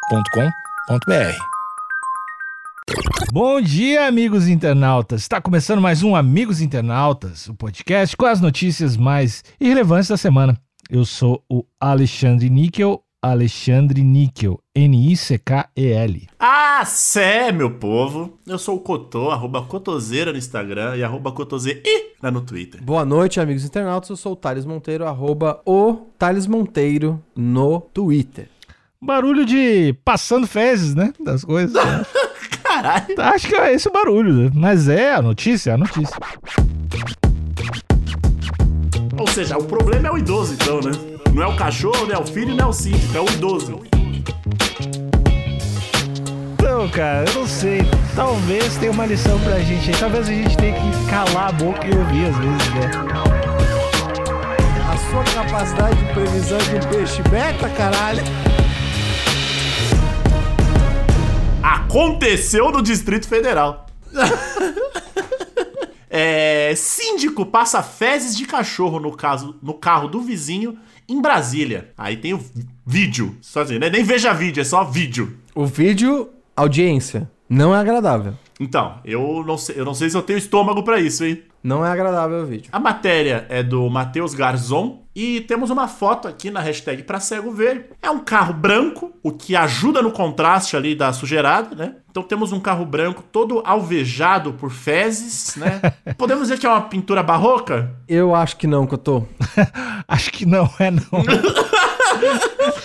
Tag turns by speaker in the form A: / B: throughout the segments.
A: agenciadepodcast.com.br.
B: Bom dia, amigos internautas. Está começando mais um Amigos Internautas, o podcast com as notícias mais irrelevantes da semana. Eu sou o Alexandre Níquel, Alexandre Níquel, N-I-C-K-E-L.
C: Ah, sé, meu povo! Eu sou o Cotô, arroba Cotoseira no Instagram e arroba Cotoseira lá no Twitter.
D: Boa noite, amigos internautas. Eu sou o Thales Monteiro, arroba o Thales Monteiro no Twitter.
B: Barulho de passando fezes, né? Das coisas. né?
C: Caralho!
B: Acho que é esse o barulho, né? mas é a notícia, é a notícia.
C: Ou seja, o problema é o idoso, então, né? Não é o cachorro, não é o filho, não é o síndico, é o idoso.
B: Então, cara, eu não sei. Talvez tenha uma lição pra gente aí. Talvez a gente tenha que calar a boca e ouvir às vezes, né?
D: A sua capacidade de previsão de um peixe beta, caralho.
C: Aconteceu no Distrito Federal. é, síndico passa fezes de cachorro no, caso, no carro do vizinho em Brasília. Aí tem o vi- vídeo. Só assim, né? Nem veja vídeo, é só vídeo.
D: O vídeo, audiência, não é agradável.
C: Então, eu não sei, eu não sei se eu tenho estômago pra isso, hein?
D: Não é agradável o vídeo.
C: A matéria é do Matheus Garzon e temos uma foto aqui na hashtag pra cego ver. É um carro branco, o que ajuda no contraste ali da sujeirada, né? Então temos um carro branco todo alvejado por fezes, né? Podemos dizer que é uma pintura barroca?
D: Eu acho que não, Cotô.
B: Acho que não é, não.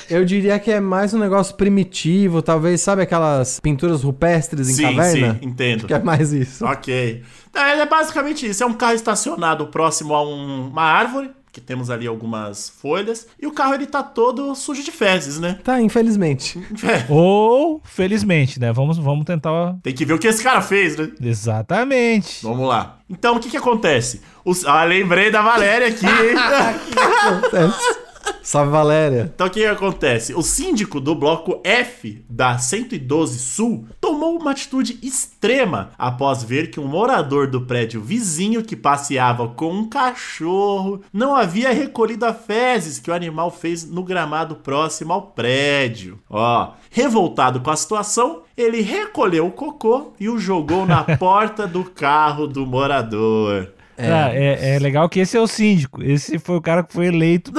D: Eu diria que é mais um negócio primitivo, talvez, sabe aquelas pinturas rupestres em caverna?
C: sim, entendo.
D: Acho que é mais isso.
C: Ok. Então, ele é basicamente isso. É um carro estacionado próximo a um- uma árvore, que temos ali algumas folhas, e o carro ele tá todo sujo de fezes, né? É,
D: Tá, infelizmente.
B: Ou, felizmente, né? Vamos, vamos tentar.
C: Tem que ver o que esse cara fez, né?
B: Exatamente.
C: Vamos lá. Então, o que que acontece? Os... Ah, lembrei da Valéria aqui, hein?
D: Acontece. Salve, Valéria.
C: então, o que que acontece? O síndico do bloco F da 112 Sul tomou uma atitude extrema após ver que um morador do prédio vizinho que passeava com um cachorro não havia recolhido a fezes que o animal fez no gramado próximo ao prédio. Ó, revoltado com a situação, ele recolheu o cocô e o jogou na porta do carro do morador.
B: É. é, é legal que esse é o síndico. Esse foi o cara que foi eleito.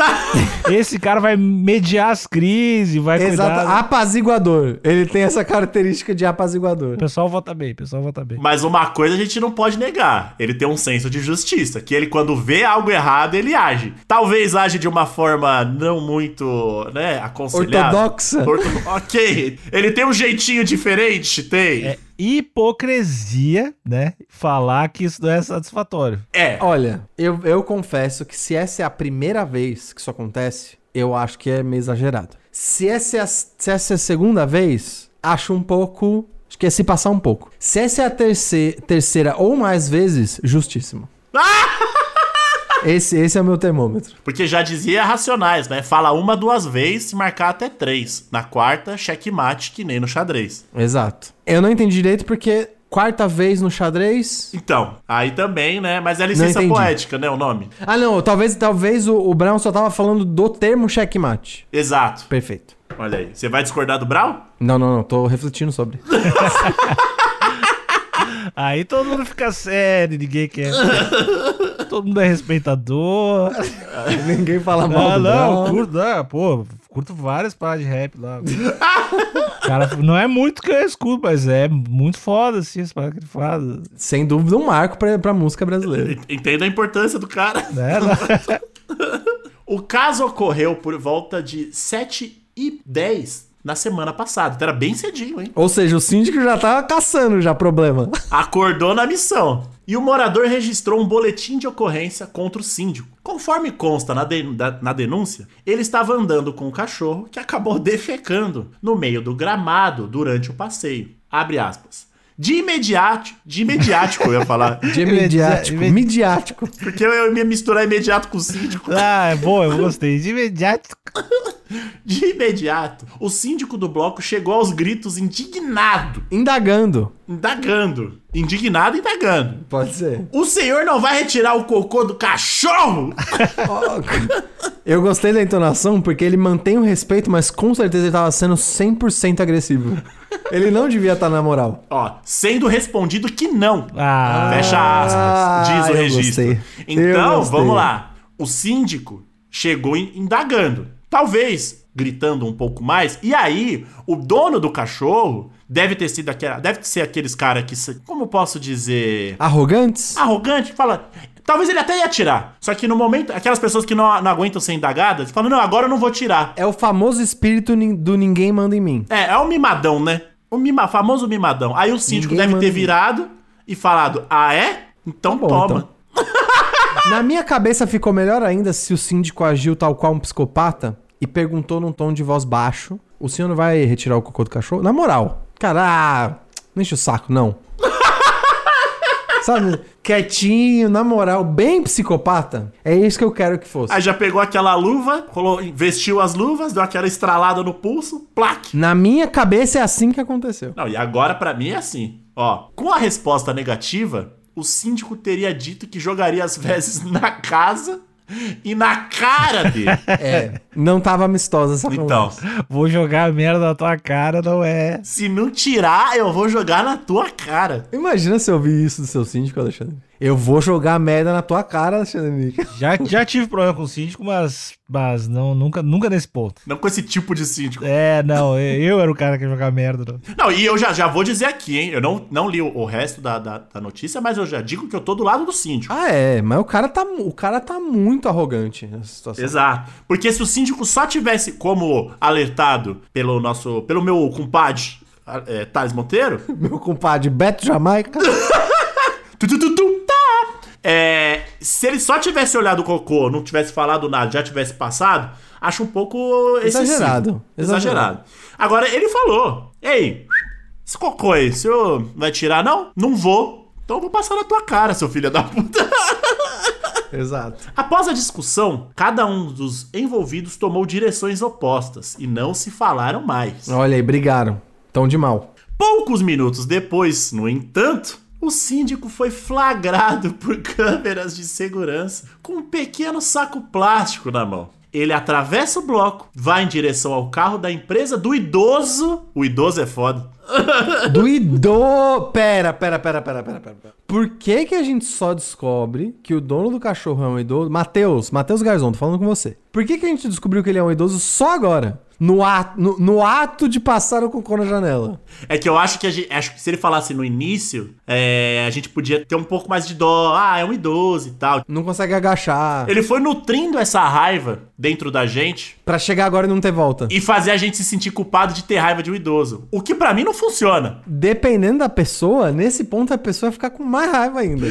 B: esse cara vai mediar as crises, vai
D: Exato,
B: cuidar. né? Ah,
D: apaziguador. Ele tem essa característica de apaziguador.
B: O pessoal vota bem, o pessoal vota bem.
C: Mas uma coisa a gente não pode negar: ele tem um senso de justiça, que ele, quando vê algo errado, ele age. Talvez age de uma forma não muito, né, aconselhável.
D: Ortodoxa.
C: Orto- Ok. Ele tem um jeitinho diferente? Tem. É.
B: É hipocrisia, né? Falar que isso não é satisfatório.
C: É.
D: Olha, eu, eu confesso que se essa é a primeira vez que isso acontece, eu acho que é meio exagerado. Se essa é a, se essa é a segunda vez, acho um pouco. Acho que é se passar um pouco. Se essa é a terceira, terceira ou mais vezes, justíssimo. Esse, esse é o meu termômetro.
C: Porque já dizia racionais, né? Fala uma, duas vezes, se marcar até três. Na quarta, checkmate, que nem no xadrez.
D: Exato. Eu não entendi direito porque quarta vez no xadrez.
C: Então, aí também, né? Mas é licença
D: entendi.
C: poética, né? O nome.
D: Ah, não, talvez, talvez o, o Brown só tava falando do termo checkmate.
C: Exato.
D: Perfeito.
C: Olha aí. Você vai discordar do Brown?
D: Não, não, não, tô refletindo sobre.
B: Aí todo mundo fica sério, ninguém quer. todo mundo é respeitador.
D: Ninguém fala mal
B: Ah,
D: do
B: não,
D: Brown.
B: curto, ah, pô, curto várias paradas de rap lá. Cara, não é muito que eu escuto, mas é muito foda, assim, as paradas que ele faz.
D: Sem dúvida, um marco pra, pra música brasileira.
C: Entendo a importância do cara.
B: Né?
C: O caso ocorreu por volta de 7 e 10 na semana passada. Então era bem cedinho, hein?
D: Ou seja, o síndico já tá caçando já problema.
C: Acordou na missão. E o morador registrou um boletim de ocorrência contra o síndico. Conforme consta na, den- da- na denúncia, ele estava andando com um o cachorro que acabou defecando no meio do gramado durante o passeio. Abre aspas. De imediato, de imediático eu ia falar.
D: De midiático.
B: Imedi-
D: Midiático.
C: Porque eu ia misturar imediato com síndico.
B: Ah, é boa, eu gostei. De imediato.
C: De imediato, o síndico do bloco chegou aos gritos indignado,
D: Indagando.
C: indagando. Indignado, indagando.
D: Pode ser.
C: O senhor não vai retirar o cocô do cachorro?
D: Ó, Eu gostei da entonação porque ele mantém o respeito, mas com certeza ele tava sendo 100% agressivo. Ele não devia estar na moral.
C: Ó, sendo respondido que não.
B: Ah.
C: Fecha aspas, diz o
D: Ah, eu
C: registro.
D: gostei. Eu
C: Então,
D: gostei.
C: vamos lá. O síndico chegou in- indagando, talvez gritando um pouco mais, e aí o dono do cachorro deve ter sido aquela, deve ser aqueles caras que, se- como eu posso dizer,
D: Arrogantes?
C: arrogante, fala, talvez ele até ia tirar. Só que no momento, aquelas pessoas que não, não aguentam ser indagadas, falam, não, agora eu não vou tirar.
D: É o famoso espírito nin- do ninguém manda em mim.
C: É, é um mimadão, né? O mima, famoso mimadão. Aí o síndico
D: Ninguém
C: deve ter
D: manda.
C: virado e falado: Ah, é? Então
D: bom,
C: toma.
D: então. Na minha cabeça ficou melhor ainda se o síndico agiu tal qual um psicopata e perguntou num tom de voz baixo: O senhor não vai retirar o cocô do cachorro? Na moral, cara, ah, não enche o saco, não. Sabe, quietinho, na moral, bem psicopata. É isso que eu quero que fosse.
C: Aí já pegou aquela luva, colo- vestiu as luvas, deu aquela estralada no pulso, plaque.
D: Na minha cabeça é assim que aconteceu.
C: Não, e agora pra mim é assim: Ó, com a resposta negativa, o síndico teria dito que jogaria as vezes na casa e na cara dele.
D: É, não tava amistosa essa
C: então,
D: conversa.
B: Vou jogar a merda na tua cara, não é?
C: se não tirar, eu vou jogar na tua cara.
D: Imagina se eu ouvir isso do seu síndico, Alexandre. Eu vou jogar a merda na tua cara, Alexandre. Henrique.
B: Já, já tive problema com o síndico, mas, mas não, nunca, nunca nesse ponto.
C: Não com esse tipo de síndico.
B: É, não, eu era o cara que ia jogar merda. Não.
C: Não, e eu já, já vou dizer aqui, hein? Eu não, não li o, o resto da, da, da notícia, mas eu já digo que eu tô do lado do síndico.
D: Ah, é, mas o cara tá, mu- o cara tá muito arrogante nessa situação.
C: Exato. Porque se o síndico só tivesse como alertado pelo nosso. pelo meu compadre. ah, É, Thales Monteiro?
D: Meu compadre Beto Jamaica.
C: tu, tu, tu, tu, tá. É, se ele só tivesse olhado o cocô, não tivesse falado nada, já tivesse passado, acho um pouco excessivo.
D: Exagerado.
C: Exagerado.
D: Exagerado.
C: Agora, ele falou: Ei, esse cocô aí, o senhor vai tirar, não? Não vou. Então eu vou passar na tua cara, seu filho da puta.
D: Exato.
C: Após a discussão, cada um dos envolvidos tomou direções opostas e não se falaram mais.
D: Olha aí, brigaram. Tão de mal.
C: Poucos minutos depois, no entanto, o síndico foi flagrado por câmeras de segurança com um pequeno saco plástico na mão. Ele atravessa o bloco, vai em direção ao carro da empresa do idoso. O idoso é foda.
D: Do ido... Pera, pera, pera, pera, pera, pera. pera. Por que que a gente só descobre que o dono do cachorro é um idoso? Matheus, Matheus Garzon, tô falando com você. Por que que a gente descobriu que ele é um idoso só agora? No ato, no, no ato de passar o cocô na janela.
C: É que eu acho que, a gente- acho que se ele falasse no início, é, a gente podia ter um pouco mais de dó. Ah, é um idoso e tal.
D: Não consegue agachar.
C: Ele foi nutrindo essa raiva dentro da gente
D: Pra chegar agora e não ter volta.
C: e fazer a gente se sentir culpado de ter raiva de um idoso. O que pra mim não funciona.
D: Dependendo da pessoa, nesse ponto a pessoa vai ficar com mais raiva ainda.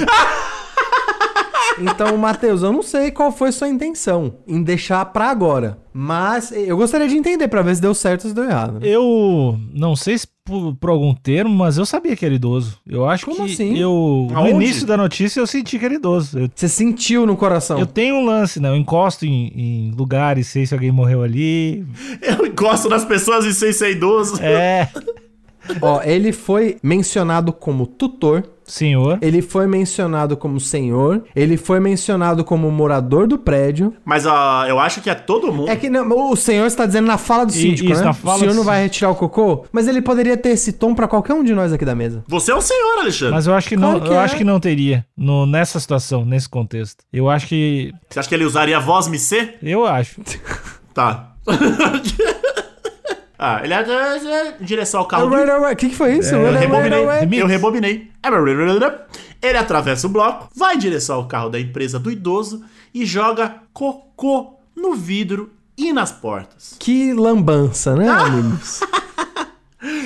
D: Então, Matheus, eu não sei qual foi sua intenção em deixar pra agora. Mas eu gostaria de entender pra ver se deu certo ou se deu errado. né?
B: Eu não sei se por, por algum termo, mas eu sabia que era idoso. Eu acho
D: Como
B: que
D: assim?
B: eu.
C: Aonde?
B: No início da notícia eu senti que era idoso. Eu,
D: Você sentiu no coração.
B: eu tenho um lance, né? Eu encosto em, em lugares, sei se alguém morreu ali.
C: Eu gosto das pessoas e sem ser idoso.
B: É,
D: Ó, ele foi mencionado como tutor,
B: senhor.
D: ele foi mencionado como senhor, ele foi mencionado como morador do prédio.
C: Mas ó, eu acho que é todo mundo.
D: É que não, o senhor está dizendo na fala do
B: E-
D: síndico,
B: isso,
D: né?
B: na fala
D: o senhor
B: do
D: não vai retirar o cocô? Mas ele poderia ter esse tom pra qualquer um de nós aqui da mesa.
C: Você é um senhor, Alexandre.
B: Mas eu acho que não,
D: Claro que
B: eu
D: é.
B: acho que não teria no, nessa situação, nesse contexto. Eu acho que.
C: Você acha que ele usaria a voz me ser?
B: Eu acho.
C: Tá. ah, ele é em direção ao carro.
D: O
C: do-
D: que, que foi isso?
B: É,
D: Right
C: Eu
D: away,
C: rebobinei.
D: right away.
C: Eu rebobinei. Ele atravessa o bloco, vai em direção ao carro da empresa do idoso e joga cocô no vidro e nas portas.
D: Que lambança, né,
C: Ah!
D: amigos?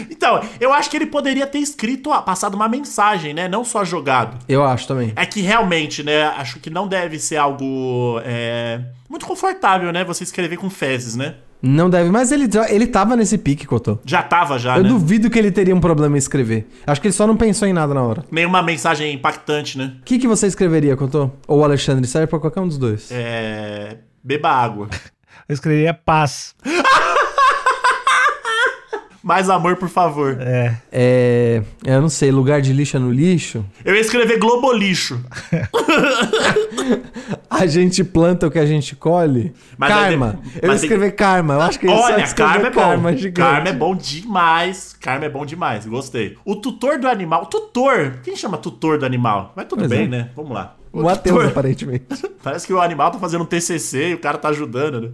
C: Então, eu acho que ele poderia ter escrito, ah, passado uma mensagem, né? Não só jogado.
D: Eu acho também.
C: É que realmente, né? Acho que não deve ser algo é, muito confortável, né? Você escrever com fezes, né?
D: Não deve, mas ele, já- ele tava nesse pique, Cotô.
C: Já tava, já,
D: Eu
C: né?
D: duvido que ele teria um problema em escrever. Acho que ele só não pensou em nada na hora.
C: Nenhuma mensagem impactante, né?
D: O que, que você escreveria, Cotô? Ou Alexandre? Serve pra qualquer um dos dois.
C: É. Beba água.
B: Eu escreveria paz.
C: Mais amor, por favor.
B: É.
D: É. Eu não sei, lugar de lixo é no lixo?
C: Eu ia escrever Globolixo.
D: A gente planta o que a gente colhe?
C: Mas aí
D: karma.
C: de-
D: Eu ia
C: mas tem-
D: escrever karma. Eu acho que ele só
C: Olha,
D: escreveu
C: Karma é bom.
D: gigante.
C: Karma é bom demais. Karma é bom demais. Gostei. O tutor do animal. Tutor. Quem chama tutor do animal? Mas tudo
D: Pois
C: bem,
D: é.
C: né? Vamos lá.
D: O Matheus,
C: tutor-
D: aparentemente.
C: Parece que o animal tá fazendo um TCC e o cara tá ajudando, né?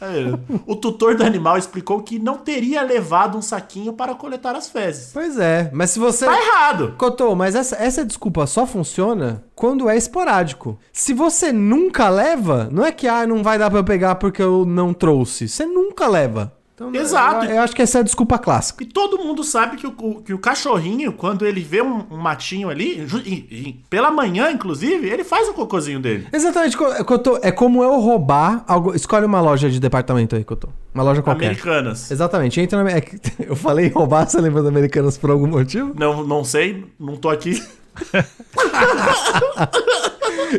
C: É. O tutor do animal explicou que não teria levado um saquinho para coletar as fezes.
D: Pois é, mas se você.
C: Tá errado.
D: Cotô, mas essa, essa desculpa só funciona quando é esporádico. Se você nunca leva, não é que ah, não vai dar pra eu pegar porque eu não trouxe. Você nunca leva. Então,
C: Exato.
D: Eu, eu acho que essa é a desculpa clássica.
C: E todo mundo sabe que o, que o cachorrinho, quando ele vê um, um matinho ali, ju- e- e pela manhã, inclusive, ele faz o cocôzinho dele.
D: Exatamente, Co- Cotô. É como eu roubar algo. Escolhe uma loja de departamento aí, Cotô. Uma loja qualquer.
C: Americanas.
D: Exatamente, entra na. é que Eu falei roubar, você lembra da Americanas por algum motivo?
C: Não, não sei, não tô aqui.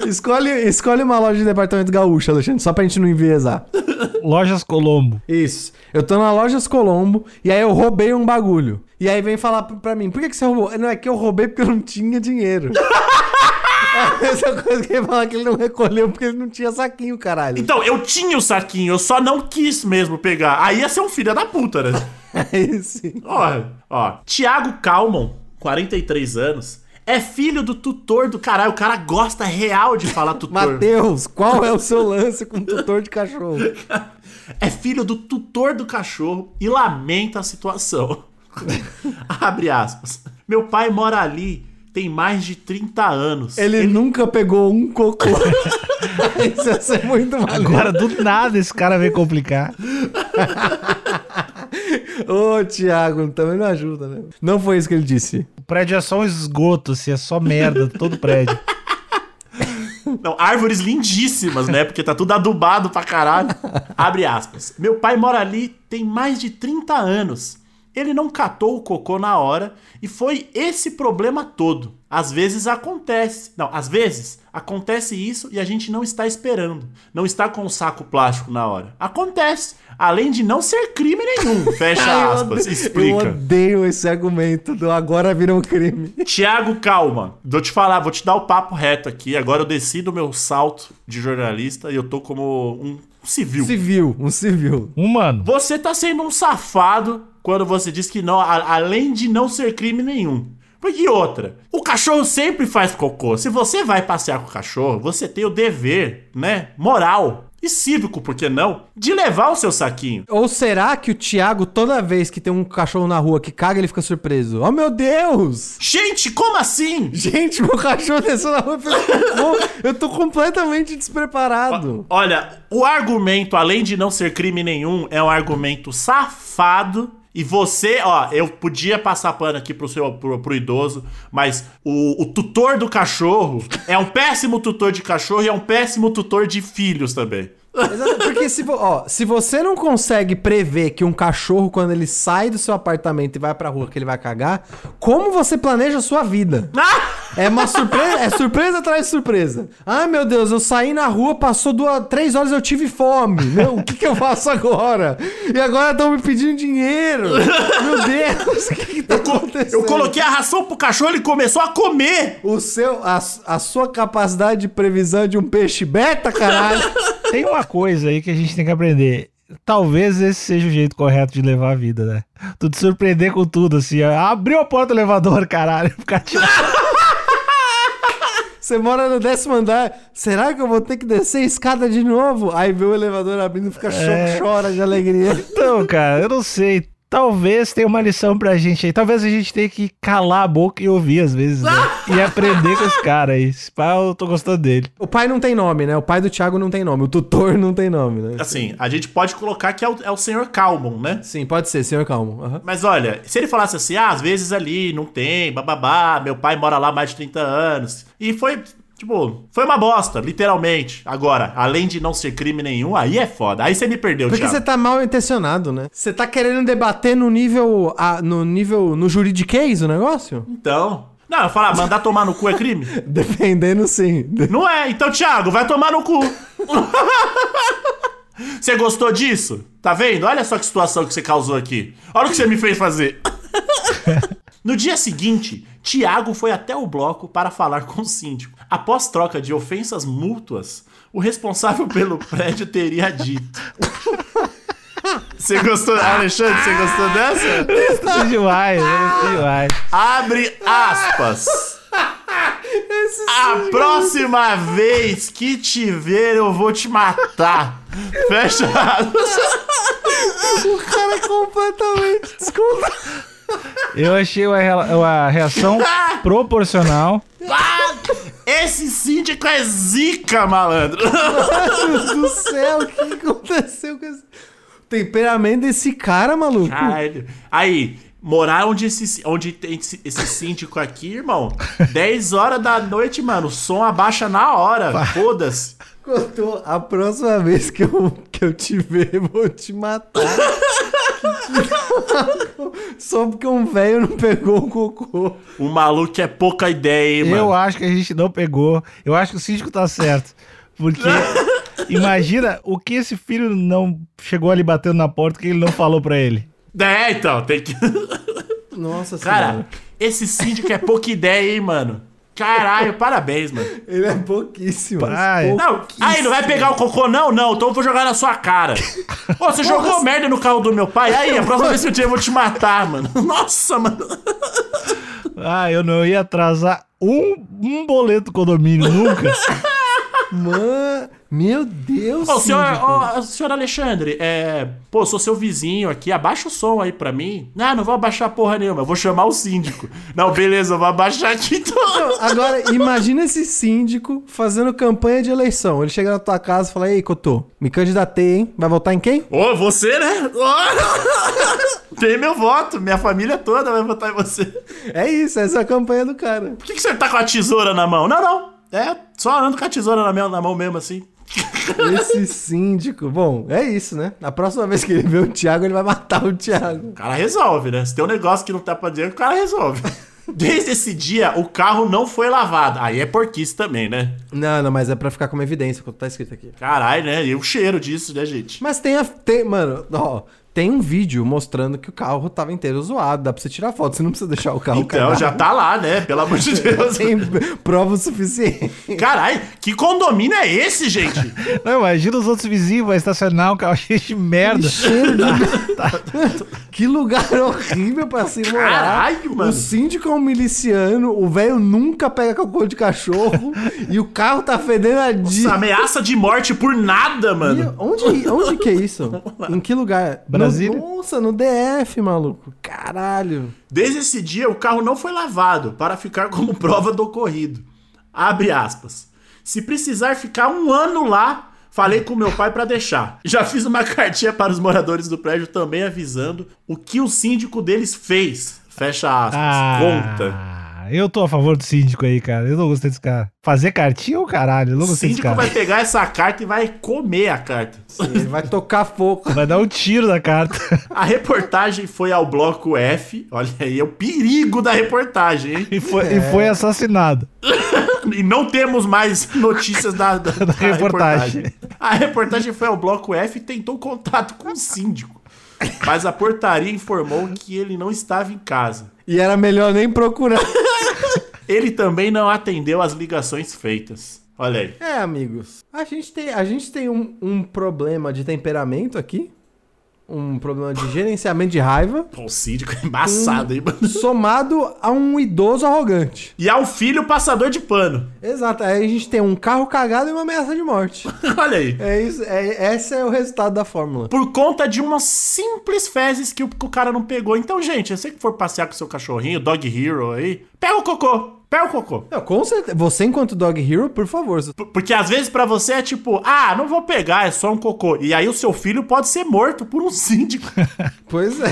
D: Escolhe, escolhe uma loja de departamento gaúcho, Alexandre, só pra gente não enviesar.
B: Lojas Colombo.
D: Isso. Eu tô na Lojas Colombo e aí eu roubei um bagulho. E aí vem falar pra- pra mim, por que, que você roubou? Não, é que eu roubei porque eu não tinha dinheiro. é a mesma coisa que ele falar que ele não recolheu porque ele não tinha saquinho, caralho.
C: Então, eu tinha o saquinho, eu só não quis mesmo pegar. Aí ia ser um filho da puta, né?
D: Aí sim.
C: ó, ó. Tiago Calmon, 43 anos, é filho do tutor do caralho. O cara gosta real de falar tutor.
D: Matheus, qual é o seu lance com tutor de cachorro?
C: é filho do tutor do cachorro e lamenta a situação. Abre aspas. Meu pai mora ali, tem mais de 30 anos.
D: Ele, nunca pegou um cocô. Isso ia ser muito maluco.
B: Agora, do nada, esse cara vem complicar.
D: Ô, Thiago, também não ajuda, né? Não foi isso que ele disse.
B: O prédio é só um esgoto, assim, é só merda, todo prédio.
C: Não, árvores lindíssimas, né? Porque tá tudo adubado pra caralho. Abre aspas. Meu pai mora ali tem mais de 30 anos. Ele não catou o cocô na hora e foi esse problema todo. Às vezes acontece. Não, às vezes acontece isso e a gente não está esperando. Não está com o saco plástico na hora. Acontece. Além de não ser crime nenhum. Fecha aspas.
D: Tá, Eu
C: Explica.
D: odeio esse argumento do agora vira um crime.
C: Tiago, calma. Vou te falar, vou te dar o papo reto aqui. Agora eu desci do meu salto de jornalista e eu tô como um civil.
D: Civil, um civil.
B: Humano.
C: Você tá sendo um safado quando você diz que não, a- além de não ser crime nenhum. E outra, o cachorro sempre faz cocô. Se você vai passear com o cachorro, você tem o dever, né? Moral e cívico, por que não? De levar o seu saquinho.
D: Ou será que o Thiago, toda vez que tem um cachorro na rua que caga, ele fica surpreso? Oh, meu Deus!
C: Gente, como assim?
D: Gente, meu cachorro desceu na rua e fez cocô. Eu tô completamente despreparado.
C: Olha, o argumento, além de não ser crime nenhum, é um argumento safado. E você, ó, eu podia passar pano aqui pro seu pro, pro idoso, mas o, o tutor do cachorro é um péssimo tutor de cachorro e é um péssimo tutor de filhos também.
D: Exato, Porque se, vo- ó, se você não consegue prever que um cachorro, quando ele sai do seu apartamento e vai pra rua, que ele vai cagar, como você planeja a sua vida? É uma surpresa, é surpresa atrás de surpresa. Ah, meu Deus, eu saí na rua, passou duas, três horas, eu tive fome. Meu, o que, que eu faço agora? E agora estão me pedindo dinheiro. Meu Deus, o que, que tá acontecendo?
C: Eu coloquei a ração pro cachorro e ele começou a comer.
D: o seu, a, a sua capacidade de previsão é de um peixe beta, caralho.
B: Tem uma coisa aí que a gente tem que aprender. Talvez esse seja o jeito correto de levar a vida, né? Tu te surpreender com tudo, assim. ó. Abriu a porta do elevador, caralho. Ficar te-
D: Você mora no décimo andar. Será que eu vou ter que descer a escada de novo? Aí vê o elevador abrindo, fica cho-
B: É.
D: chora de alegria.
B: Então, cara, eu não sei. Talvez tenha uma lição pra gente aí. Talvez a gente tenha que calar a boca e ouvir às vezes, né? E aprender com esse cara aí. Esse pá, eu tô gostando dele.
D: O pai não tem nome, né? O pai do Thiago não tem nome. O tutor não tem nome, né?
C: Assim, a gente pode colocar que é o, é o senhor Calmon, né?
D: Sim, pode ser, senhor Calmo. Aham.
C: Mas olha, se ele falasse assim, ah, às vezes ali não tem, bababá, meu pai mora lá há mais de 30 anos. E foi Tipo, foi uma bosta, literalmente. Agora, além de não ser crime nenhum, aí é foda. Aí você me perdeu,
D: Porque
C: Thiago.
D: você tá mal intencionado, né? Você tá querendo debater no nível. ah, no nível. no juridiquês o negócio?
C: Então. Não, eu falar, mandar tomar no cu é crime?
D: Dependendo, sim.
C: Não é. Então, Thiago, vai tomar no cu. Você gostou disso? Tá vendo? Olha só que situação que você causou aqui. Olha o que você me fez fazer. No dia seguinte, Tiago foi até o bloco para falar com o síndico. Após troca de ofensas mútuas, o responsável pelo prédio teria dito. Você gostou, Alexandre? Você gostou dessa?
B: Gostei demais, eu gostei demais.
C: Abre aspas. A próxima vez que te ver, eu vou te matar. Fecha aspas.
D: O cara é completamente desculpa.
B: Eu achei uma, rela- uma reação proporcional.
C: Ah, Esse síndico é zica, malandro.
D: Meu Deus do céu, o que aconteceu com esse. O temperamento desse cara, maluco.
C: Caralho. Aí, morar onde, esse, onde tem esse, esse síndico aqui, irmão, 10 horas da noite, mano, o som abaixa na hora. Foda-se.
D: Contou, a próxima vez que eu, que eu te ver, eu vou te matar. Só porque um velho não pegou o cocô.
C: O maluco é pouca ideia, hein,
B: Eu
C: mano.
B: acho que a gente não pegou. Eu acho que o síndico tá certo. Porque imagina o que esse filho não chegou ali batendo na porta que ele não falou pra ele.
C: É, então, tem que.
D: Nossa
C: Cara,
D: senhora.
C: esse síndico é pouca ideia, hein, mano. Caralho, parabéns, mano.
D: Ele é pouquíssimo.
B: Pai.
D: Pou-
C: Não, aí não vai pegar o cocô, não? Não, então eu vou jogar na sua cara. Ô, você jogou merda no carro do meu pai? Aí, a próxima vez que eu te ver, eu vou te matar, mano. Nossa, mano.
B: Ah, eu não ia atrasar um, um boleto do condomínio nunca.
D: Mano, meu Deus.
C: Ô, senhor,
D: síndico.
C: ô, senhor Alexandre, é. Pô, sou seu vizinho aqui, abaixa o som aí pra mim. Não, não vou abaixar porra nenhuma, eu vou chamar o síndico. Não, beleza, eu vou abaixar aqui então.
D: Agora, imagina esse síndico fazendo campanha de eleição. Ele chega na tua casa e fala: Ei, Cotô, me candidatei, hein? Vai votar em quem?
C: Ô, você, né? Ô. Tem meu voto, minha família toda vai votar em você. Por
D: É isso, essa é a campanha do cara.
C: que, que você tá com a tesoura na mão? Não, não. É, só andando com a tesoura na mão, na mão mesmo assim.
D: Esse síndico. Bom, é isso, né? A próxima vez que ele vê o Thiago, ele vai matar o Thiago.
C: O cara resolve, né? Se tem um negócio que não tá pra dizer, o cara resolve. Desde esse dia, o carro não foi lavado. Aí é porquice também, né?
D: Não, não, mas é pra ficar como evidência quando tá escrito aqui.
C: Caralho, né? E o cheiro disso, né, gente?
D: Mas tem a. Tem, mano, ó. Tem um vídeo mostrando que o carro tava inteiro zoado. Dá pra você tirar foto, você não precisa deixar o carro
C: Então, já tá lá, né? Pelo amor de Deus.
D: Tem prova o suficiente.
C: Caralho, que condomínio é esse, gente?
B: Não, imagina os outros vizinhos, vai estacionar um carro cheio de merda.
D: Cheiro de. que lugar horrível pra se morar.
C: Caralho, mano.
D: O síndico é um miliciano, o velho nunca pega cocô de cachorro e o carro tá fedendo a
C: Essa
D: dia.
C: ameaça de morte por nada, mano.
D: Onde, onde que é isso? Em que lugar? No-
B: Brasília?
D: nossa, no DF, maluco. Caralho.
C: Desde esse dia, o carro não foi lavado para ficar como prova do ocorrido. Abre aspas. Se precisar ficar um ano lá, falei com meu pai para deixar. Já fiz uma cartinha para os moradores do prédio também avisando o que o síndico deles fez. Fecha aspas.
B: Ah.
C: Conta.
B: Eu tô a favor do síndico aí, cara. Eu não gostei desse cara. Fazer cartinha é o caralho. Eu não
C: O
B: gostei desse
C: síndico
B: cara.
C: vai
B: Vai...
C: pegar essa carta e vai comer a carta.
D: Ele vai tocar fogo.
B: dar um tiro na carta.
C: A reportagem foi ao bloco F. Olha aí, é o perigo da reportagem, hein?
B: E foi, e
D: É.
B: foi assassinado.
C: E não temos mais notícias da, da- da
B: reportagem.
C: reportagem. A reportagem foi ao bloco F e tentou contato com o síndico. Mas a portaria informou que ele não estava em casa.
D: E era melhor nem procurar.
C: Ele também não atendeu as ligações feitas. Olha aí.
D: É, amigos. A gente tem, a gente tem um, um problema de temperamento aqui. Um problema de gerenciamento de raiva.
C: Pô, o síndico é embaçado, hein, mano?
D: Somado a um idoso arrogante.
C: E ao filho passador de pano.
D: Exato. Aí a gente tem um carro cagado e uma ameaça de morte.
C: Olha aí.
D: É isso. É, esse é o resultado da fórmula.
C: Por conta de umas simples fezes que o, que o cara não pegou. Então, gente, você que for passear com seu cachorrinho, Dog Hero aí, pega o cocô. Pega o cocô.
D: Não, com certeza. Você, enquanto Dog Hero, por favor.
C: P- Porque às vezes pra você é tipo, ah, não vou pegar, é só um cocô. E aí o seu filho pode ser morto por um síndico.
D: Pois é.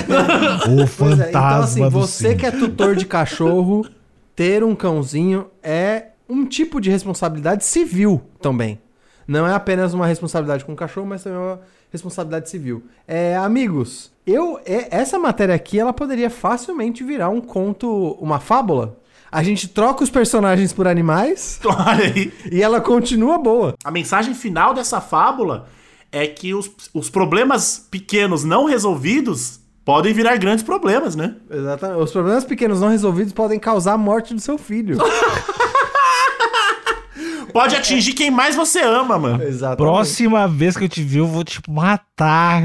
B: O
D: Pois
B: fantasma
D: é. Então, assim,
B: do
D: você
B: síndico.
D: que é tutor de cachorro, ter um cãozinho é um tipo de responsabilidade civil também. Não é apenas uma responsabilidade com o cachorro, mas também é uma responsabilidade civil. É, amigos, eu é- essa matéria aqui ela poderia facilmente virar um conto, uma fábula. A gente troca os personagens por animais
C: Então, Olha aí.
D: e ela continua boa.
C: A mensagem final dessa fábula é que os, os problemas pequenos não resolvidos podem virar grandes problemas, né?
D: Exatamente. Os problemas pequenos não resolvidos podem causar a morte do seu filho.
C: Pode atingir quem mais você ama, mano.
D: Exatamente.
B: Próxima vez que eu te vi, eu vou te matar.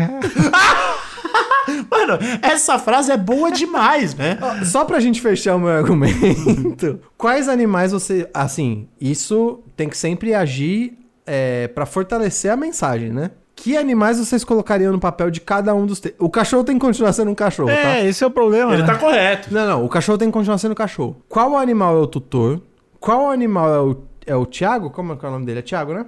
C: Mano, essa frase é boa demais, né?
D: Ó, Só pra gente fechar o meu argumento, quais animais você. Assim, isso tem que sempre agir é, para fortalecer a mensagem, né? Que animais vocês colocariam no papel de cada um dos. te- O cachorro tem que continuar sendo um cachorro, tá?
B: É, esse é o problema.
C: Ele
B: né?
C: tá correto.
D: Não, não, o cachorro tem que continuar sendo cachorro. Qual animal é o tutor? Qual animal é o, é o Tiago? Como é que é o nome dele? É Tiago, né?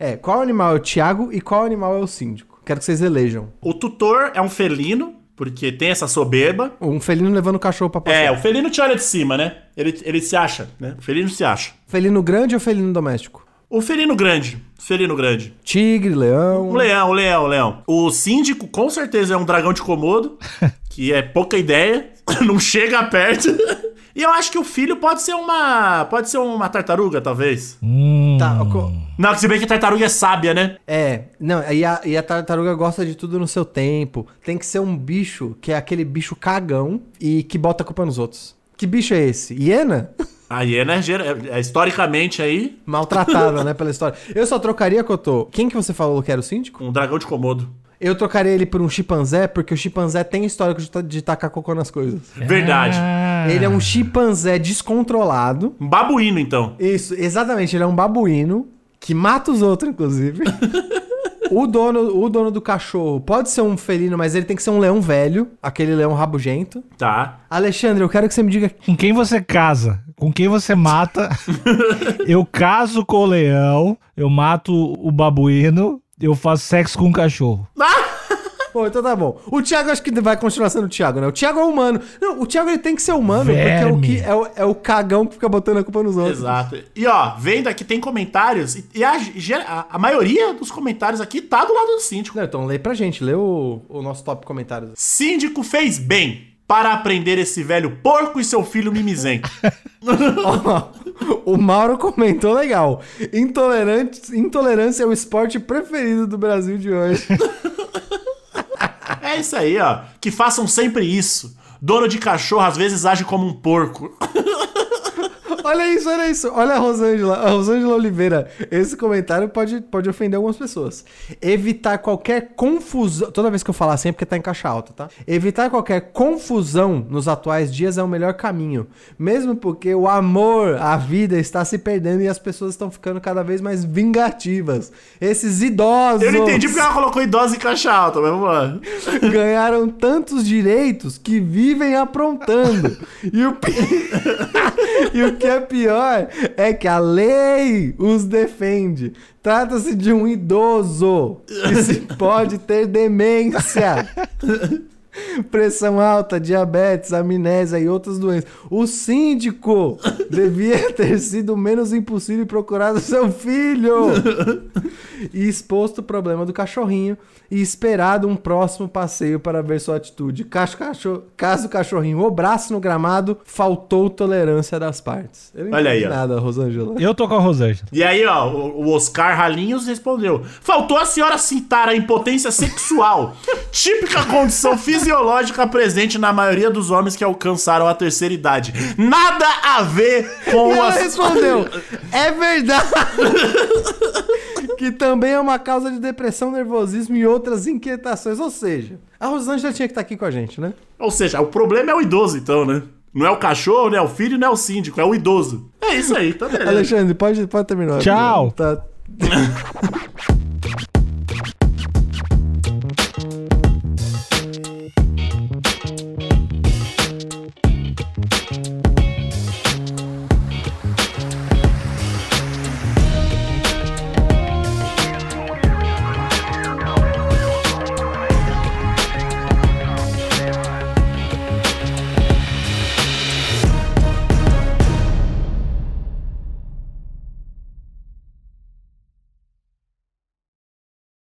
D: É, qual animal é o Tiago e qual animal é o síndico? Quero que vocês elejam.
C: O tutor é um felino, porque tem essa soberba.
D: Um felino levando o cachorro pra passear.
C: É, o felino te olha de cima, né? Ele, ele se acha, né? O felino se acha.
D: Felino grande ou felino doméstico?
C: O felino grande. Felino grande.
D: Tigre, leão.
C: Um leão, um leão, um leão. O síndico com certeza é um dragão de Komodo, que é pouca ideia, não chega perto. E eu acho que o filho pode ser uma. Pode ser uma tartaruga, talvez.
B: Hum,
D: Tá, co-
C: Não, se bem que tartaruga é sábia, né?
D: É, não, e a, e a tartaruga gosta de tudo no seu tempo. Tem que ser um bicho que é aquele bicho cagão e que bota a culpa nos outros. Que bicho é esse? Hiena?
C: A hiena é, gera- é- é historicamente aí
D: Maltratada, né, pela história. Eu só trocaria, Cotô. Quem que você falou que era o síndico?
C: um dragão de Komodo.
D: Eu trocaria ele por um chimpanzé, porque o chimpanzé tem histórico de, ta- de tacar cocô nas coisas.
C: Verdade.
B: ah,
D: Ele é um chimpanzé descontrolado.
C: Um babuíno, então.
D: Isso, exatamente. Ele é um babuíno que mata os outros, inclusive. o, dono, o dono do cachorro pode ser um felino, mas ele tem que ser um leão velho, aquele leão rabugento.
C: Tá.
D: Alexandre, eu quero que você me diga
B: Com quem você casa? Com quem você mata? eu caso com o leão, eu mato o babuíno, eu faço sexo com o cachorro.
D: Bom, então tá bom. O Thiago acho que vai continuar sendo o Thiago, né? O Thiago é humano. Não, o Thiago ele tem que ser humano, porque é o,
B: Verme.
D: que, é, o, é o cagão que fica botando a culpa nos outros.
C: Exato. E ó, vendo aqui, tem comentários. E, e a, ge- a- a maioria dos comentários aqui tá do lado do síndico.
D: Não, então lê pra gente, lê o, o nosso top comentários.
C: Síndico fez bem para aprender esse velho porco e seu filho mimizento.
D: Ó, o Mauro comentou legal. Intolerante, intolerância é o esporte preferido do Brasil de hoje.
C: é isso aí, ó. Que façam sempre isso. Dono de cachorro às vezes age como um porco.
D: olha isso, olha isso. Olha a Rosângela. A Rosângela Oliveira. Esse comentário pode, pode ofender algumas pessoas. Evitar qualquer confusão. Toda vez que eu falar assim é porque tá em caixa alta, tá? Evitar qualquer confusão nos atuais dias é o melhor caminho. Mesmo porque o amor à vida está se perdendo e as pessoas estão ficando cada vez mais vingativas. Esses idosos.
C: Eu não entendi porque ela colocou idosa em caixa alta, mas vamos lá.
D: ganharam tantos direitos que vivem aprontando. E o, pi- e o que é pior é que a lei os defende. Trata-se de um idoso que se pode ter demência. Pressão alta, diabetes, amnésia e outras doenças. O síndico devia ter sido menos impossível e procurado seu filho e exposto o problema do cachorrinho e esperado um próximo passeio para ver sua atitude. Caso, cachorro, caso o cachorrinho obrasse no gramado, faltou tolerância das partes. Eu não
C: Olha
D: entendi
C: aí, ó.
D: nada, Rosângela.
B: Eu tô com a Rosângela.
C: E aí, ó, o o Oscar Ralinhos respondeu: Faltou a senhora citar a impotência sexual, típica condição fisiológica presente na maioria dos homens que alcançaram a terceira idade. Nada a ver
D: E
C: com
D: ela
C: as-
D: respondeu: É verdade! que também é uma causa de depressão, nervosismo e outras inquietações. Ou seja, a Rosângela tinha que estar aqui com a gente, né?
C: Ou seja, o problema é o idoso, então, né? Não é o cachorro, não é o filho, não é o síndico, é o idoso. É isso aí, tá beleza.
D: Alexandre, pode, pode terminar.
B: Tchau.
D: Tá-